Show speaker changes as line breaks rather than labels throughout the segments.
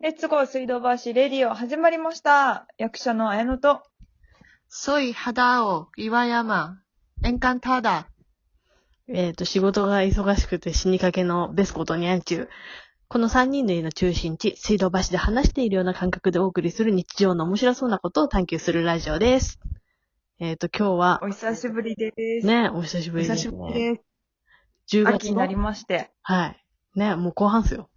レッツゴー水道橋レディオ始まりました。役者の綾乃と、
soy Hadao, Iwayama, encantada.
えっ、と、仕事が忙しくて死にかけのベスコとニャンチュー。この3人の家の中心地、水道橋で話しているような感覚でお送りする日常の面白そうなことを探求するラジオです。えっ、と、今日は
お、久しぶりです。
ね、お久し
お
ぶりで
久
す、
し
ね。
ぶりです。
10
秋
月
に
の
なりまして。
はい。ね、もう後半っすよ。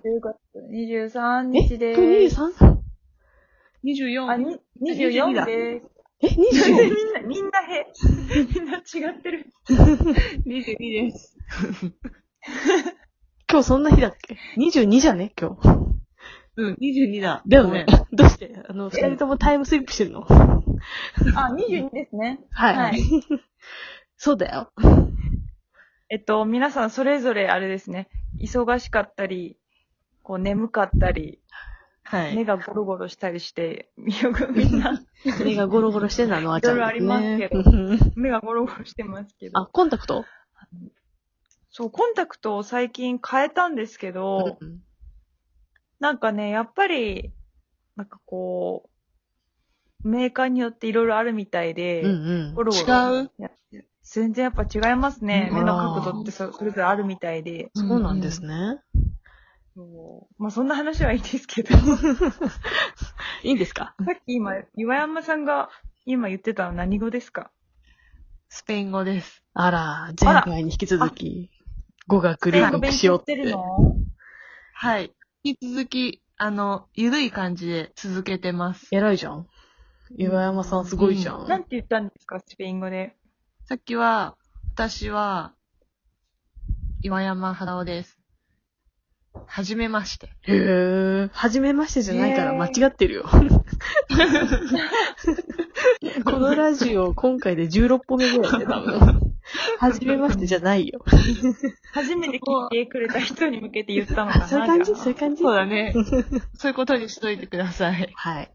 10 月23
え
日で
今
す。
日 23?
あ、
24、
に24
22
です。
え、
みんな
20?
みんな、みんなへ、みんな違ってる。
22です。
今日そんな日だっけ ?22 じゃね今日。
うん、22だ。
だよ
ごめ
ね
ん。
どうしてあの、二人ともタイムスリップしてるの
あ、22ですね。
はい。
はい
そうだよ。
えっと、皆さんそれぞれあれですね、忙しかったり、こう眠かったり、
はい。
目がゴロゴロしたりして、よくみん な、
目がゴロゴロしてんのあのあちゃ
いろ
ん、ね。
いろありますけど
うん
目がゴロゴロしてますけど。
あ、コンタクト
そう、コンタクトを最近変えたんですけど、
うん
なんかね、やっぱり、なんかこう、メーカーによっていろいろあるみたいで、
うん。
ゴロゴロ
違う
やって全然やっぱ違いますね。
あー
目の角度ってそそれぞれあるみたいで。
そうなんですね。
そうまあそんな話はいいですけど、さ
いいんですか
っき今、岩山さんが今言ってたのは何語ですか
スペイン語です。
あら、前回に引き続き、語学留
勉強
学しようっ
して
て
る。の
はい。引き続き、あの、ゆるい感じで続けてます。
偉いじゃん。岩山さんすごいじゃん。
なんて言ったんですかスペイン語で。
さっきは、私は、岩山肌男です。はじめまして。
へえ。はじめましてじゃないから
ね
間違ってるよ。 このラジオ、今回で16本目ぐらいで多分。はじめましてじゃないよ。
初めて聞いてくれた人に向けて言ったのかな。
そういう感じ
ゃあ
そういう感じ
そうだね。そういうことにしといてください。
はい。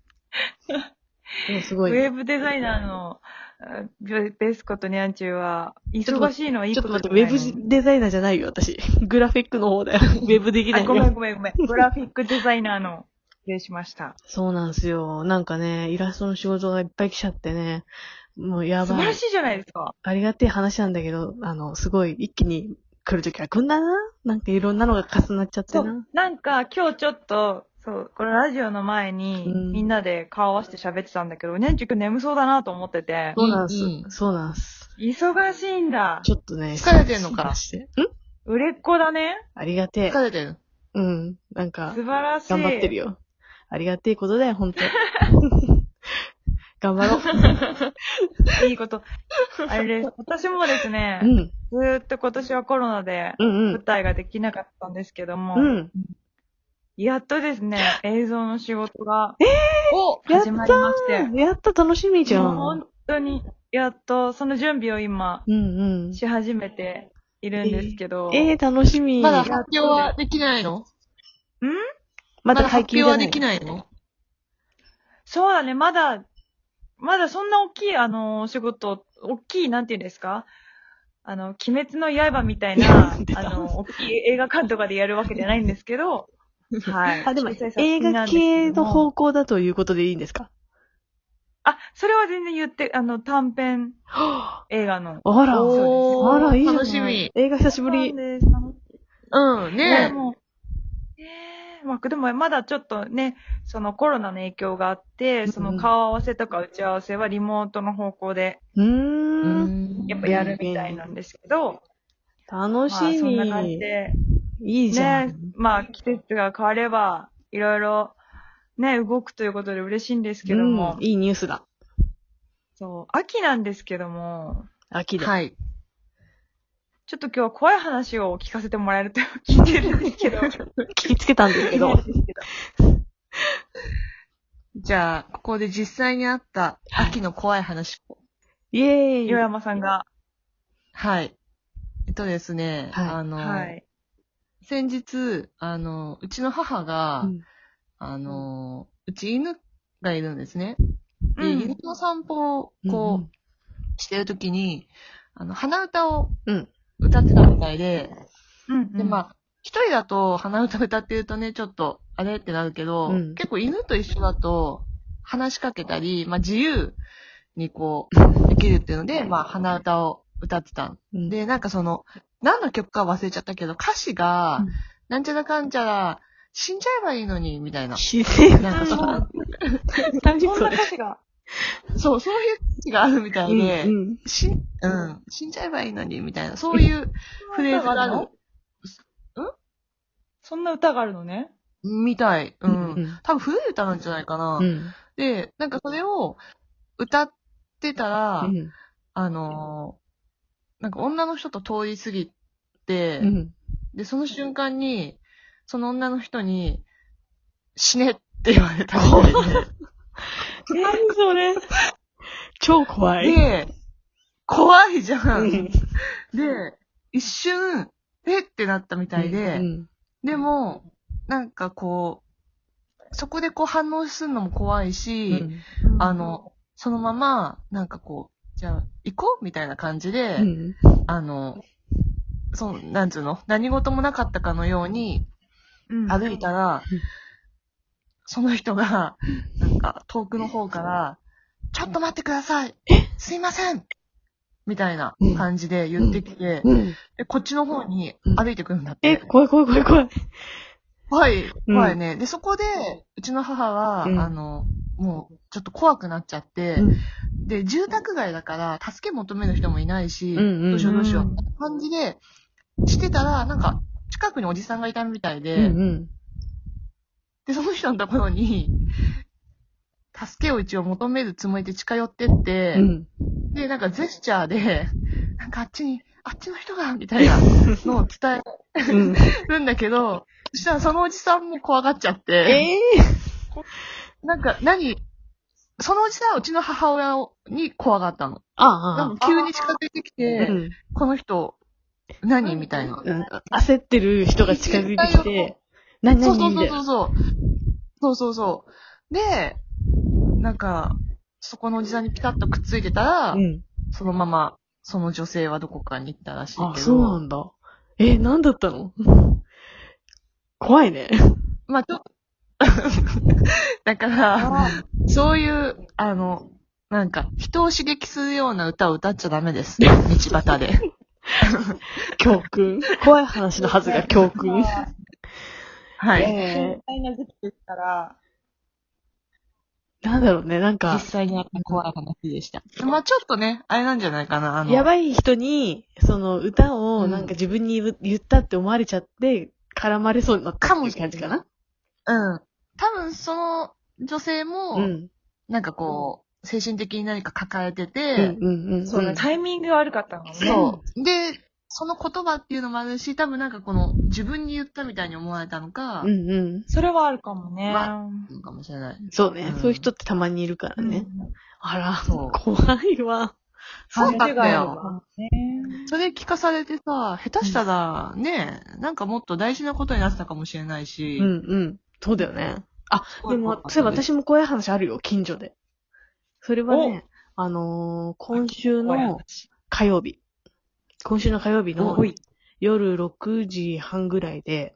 でもすご
ウ
いね。
ェブデザイナーのあベベスコとニャンチューは、忙しいのはいい
ちょ
こ
っ
と
と待
じゃ
って、
ない
ウェブデザイナーじゃないよ、私。 グラフィックの方だよ。 ウェブできない
あ、ごめん
よ。
ごめんごめん。グラフィックデザイナーの、失礼しました。
そうなんですよ。なんかね、イラストの仕事がいっぱい来ちゃってね。もうや
素
ば
晴ら
い。
しいじゃないですか。
ありがてえ話なんだけど、あの、すごい一気に来るときは来んだな。なんかいろんなのが重なっちゃって
そ
な
う。。なんか、今日ちょっと、そう、これラジオの前に、
うん
みんなで顔合わせて喋ってたんだけど、ニャンチュー君眠そうだなと思ってて、
そうなんす
うんう。ん
そうなんす。
忙しいんだ。
ちょっとね。
疲れてんのか
そうしてん
売れっ子だね。
ありがてえ
疲。れてる
うん。なんか
素、晴らしい。
頑張ってるよ。ありがてえことだよ、ほ んと。頑張ろう。
いいこと。あれ です。私もですね
う、ん。
ずーっと今年はコロナで、
うんう
舞
ん。
台ができなかったんですけども、
うん。
やっとです ね、映像の仕事が
お
始まりまして、
やった楽しみじゃ
もうん本。当に、やっとその準備を今、
うんうん。
し始めているんですけど、
ええ楽しみ。
まだ発表はできないの
まだ
発表
解禁じゃ
は
ない
できないの
そうだね、まだ、まだそんな大きい、あの、お仕事、大きい、なんていうんですかあの、鬼滅の刃みたいな
出、た
あの、大きい映画館とかでやるわけじゃないんですけ ど、はい。
あ、でも
小さい作
映
品な
画
んですけ
系
ど
の
も
方向だということでいいんですか
あ、それは全然言って、あの、短編
あ
映画の。
ら、
おー
あら、いいじゃん。
楽しみ。
映画久しぶ
そう
り。
なんです楽し
うん、
い
ね
でもええまあ、でもまだちょっとね、そのコロナの影響があって、その顔合わせとか打ち合わせはリモートの方向で、
うー。
うんん
やっぱやるみたいなんですけど、
楽
まあ、そ
し
んな感じ
み。
で、
いいじゃ
ね
ん。、
まあ、季節が変われば、いろいろ、ね、動くということで嬉しいんですけ
う
ど
ん
も、
いいニュースだ。
そう、秋なんですけども、
秋だ。
はい。
ちょっと今日は怖い話を聞かせてもらえると聞いてるんですけど、
聞きつけたんです けど。
じゃあ、ここで実際にあった秋の怖い話を。
イエ
岩
ーイ。
山さんが、
はい。えっとですね、
はい
あの、
はい。
先日、あの、うちの母が、
うん
あの、うち犬がいるんですね。
う
で、犬
ん。
の散歩をこう、
うん
してるときに、あの、鼻歌を
うん
歌ってたみたいで、
うん。
で、まあ、一人だと鼻歌歌ってるとね、ちょっと、あれってなるけど、
うん
結構犬と一緒だと、話しかけたり、まあ自由にこ う、できるっていうので、まあ鼻歌を歌ってた
うん
で、なんかその、何の曲か忘れちゃったけど、歌詞が、
うん
なんちゃらかんちゃら、死んじゃえばいいのに、みたいな。
自然
なんかそ
あ
の、
何
そん
そ
な
れ。
歌詞が。
そう、そういう歌詞があるみたいで、
うんうん
し、うん、死んじゃえばいいのに、みたいな、そういうフレーズがある、
そんな歌があるのね。
みたい。う。
うんん
多分古い歌なんじゃないかな。
うん
で、なんかそれを歌ってたら、
うん
あのーなんか女の人と通り過ぎて、
うん
で、その瞬間に、その女の人に、死ねって言われたみ
何それ超怖
た
い。
いで。で、怖いじゃ。
うんん
で、一瞬、えってなったみたいで、
うん
でも、なんかこう、そこでこう反応するのも怖いし、あの、そのまま、なんかこう、じゃあ、行こうみたいな感じで、
うん
あの、そう、なんつうの何事もなかったかのように
うん、
歩いたら
うん、
その人が、なんか遠くの方から、ちょっと待ってくださいすいませんみたいな感じで言ってきて、
うん
でこっちの方に歩いてくるんだっ
え、
て。
怖い怖い怖い怖い。
怖い、
うん
怖いね。で、そこで、うちの母は、
うん
あの、もう、ちょっと怖くなっちゃって、で、住宅街だから、助け求める人もいないし、
うんうん
どうしようどうしよう、
うん
感じで、してたら、なんか、近くにおじさんがいたみたいで、
うん
で、その人のところに、助けを一応求めるつもりで近寄ってって、
うん
で、なんかジェスチャーで、なんかあっちに、あっちの人が、みたいなのを伝
うん。
えるんだけど、そしたらそのおじさんも怖がっちゃって、
え
なんか何、そのおじさんはうちの母親をに怖がったの。な
あ
んか急に近づいてき
あ。
て、
うん
この人、何みたいな。
うん焦ってる人が近づいてきて、何
そうそ
々
う
み
そ
た
う
い
そ
な。
うそう。そうそうそう。で、なんか、そこのおじさんにピタッとくっついてたら、
うん。
そのまま、その女性はどこかに行ったらしいけど。
あ、そうなんだ。え、何だったの怖いね。
まあ、ちょっと、 だから、
あ
そういう、あの、なんか、人を刺激するような歌を歌っちゃダメです。道端で。
教訓。怖い話のはずが教
ー
訓。
まあ
はい。
え
大変な時期ですから。
ーなんだろうね、なん
実
か、
際にあった怖い話でした。まあ、ちょっとね、あれなんじゃないかな。あの、
やばい人に、その歌を
うん
なんか自分に言う言ったって思われちゃって、絡まれそうになったっていう感じかな。
うん。多分、その女性も、
うん。
なんかこう、精神的に何か抱えてて、
うんうんうん。
そうね、タイミングが悪かったのね。
そう。で、その言葉っていうのもあるし、多分なんかこの、自分に言ったみたいに思われたのか、
うんうん。
それはあるかもね。
まうん、かもしれない。
そうね
う。ん
そういう人ってたまにいるからね。あら、
そう
怖いわ。
そうだった
よ
よ。。それ聞かされてさ、下手したら、ね、なんかもっと大事なことになってたかもしれないし。
うんうん。そうだよね。あ、でも、そういえば
私、
私も怖い話あるよ、近所で。それはね、あのー今週
怖い
の
話
火曜日。今週の火曜日の
おい
夜6時半ぐらいで、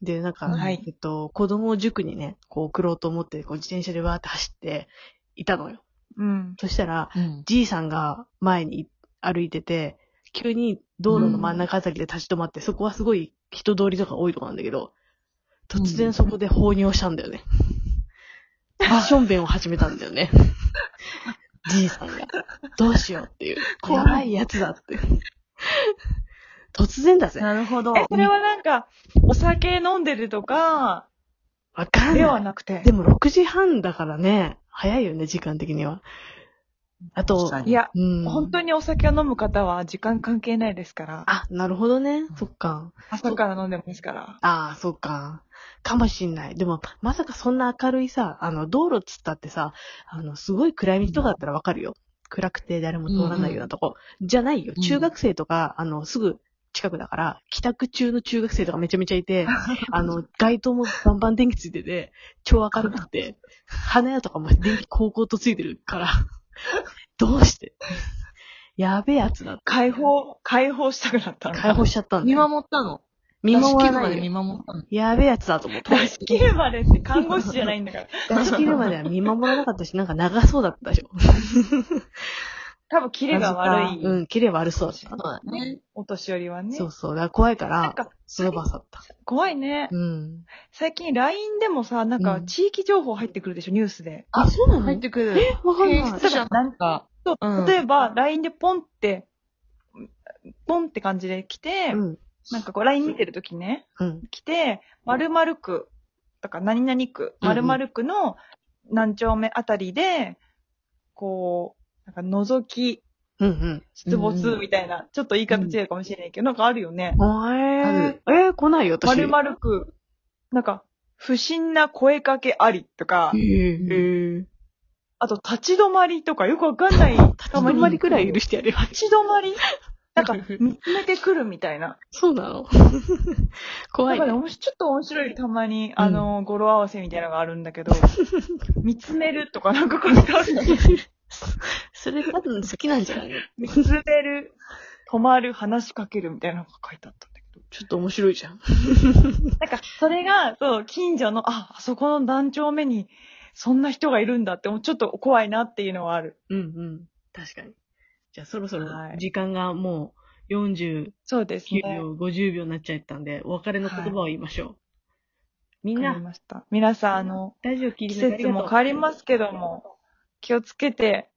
で、なんか、
はい
えっと、子供を塾にね、こう送ろうと思って、こう自転車でわーって走っていたのよ。
うん。
そしたら、
うん。
じいさんが前に歩いてて、急に道路の真ん中あたりで立ち止まって、そこはすごい人通りとか多いとこなんだけど、突然そこで放尿したんだよね。あ、ションベンを始めたんだよね。じいさんが。どうしようっていう。
怖い
やばいやつだって。突然だぜ。
なるほど。
え、それはなんか、お酒飲んでるとか、
わかん
では
ない。
なくて。
でも6時半だからね、早いよね、時間的には。あ
確
と
か、に
いや、
うん。
本当にお酒を飲む方は時間関係ないですから。
あ、なるほどね。そっか。
朝から飲んでますから。
ああ、そうか。かもしんない。でも、まさかそんな明るいさ、あの、道路っつったってさ、あの、すごい暗い道とかだったらわかるよ。暗くて誰も通らないようなとこ。じゃないよ。
うん
中学生とか、あの、すぐ近くだから、帰宅中の中学生とかめちゃめちゃい て、あの、街灯もバンバン電気ついてて、超明るくて、花屋とかも電気高校とついてるから、 どうしてやべえやつだって。
解放、解放したくなったの。
解放しちゃったんだ
見
よ。
守ったの。
見守
出し切
ら
る
な
まで
い
見
よ。
守ったの。
やべえやつだと思った。
出し切るまでって看護師じゃないんだから。
出し切るまでは見守らなかったし、なんか長そうだったでしょ。
多分キレが悪い、
うん、切れ悪そうだった
そう。だね。
お年寄りはね。
そうそう。だから怖いか
なん
ら、
か、
スロバさった。
怖いね。
うん。
最近 LINE でもさ、なんか
うん
地域情報入ってくるでしょ、ニュースで。
あ、そうな
入ってくる。
わかんない
提出者なんか、
そう
うん
例えば、LINE でポンって、ポンって感じで来て、
うん。
なんかこう LINE 見てるときね、
うん。
来て、〇〇区、とか何々区、
うんう
〇
ん
〇区の何丁目あたりで、こう、なんか覗き、
うん。
出没
うん
みたいな、ちょっと言い方違うかもしれないけど、なんかあるよね。
うん。えー、えー、来ないよ、私。
〇〇区、なんか、不審な声かけありとか
え、ー。
あと立ち止まりとかよくわかん ない。立
あんまりくらい許してやるよ。
立ち止まりなんか、見つめてくるみたいな。
そうなの 怖
だ
い
から、
ね。
ね、ちょっと面白い、たまに、あの、語呂合わせみたいなのがあるんだけ ど、見つめるとかなんかこういうのあるの
それ多分好きなんじゃないの
見つめる、止まる、話しかけるみたいなのが書いてあったんだけど。
ちょっと面白いじゃん。
なんか、それが、そう、近所の、あ、あそこの団長目に、そんな人がいるんだって、もうちょっと怖いなっていうのはある。
うんうん。確かに。じゃあそろそろ
はい
時間がもう49
そうですね。
秒、50秒になっちゃったんで、お別れの言葉を言いましょう。みん
わかり
な、
ました。皆さん、あの、
ラジオ聞い
季
てくれてあり
節
がとう
も変わりますけども、気をつけて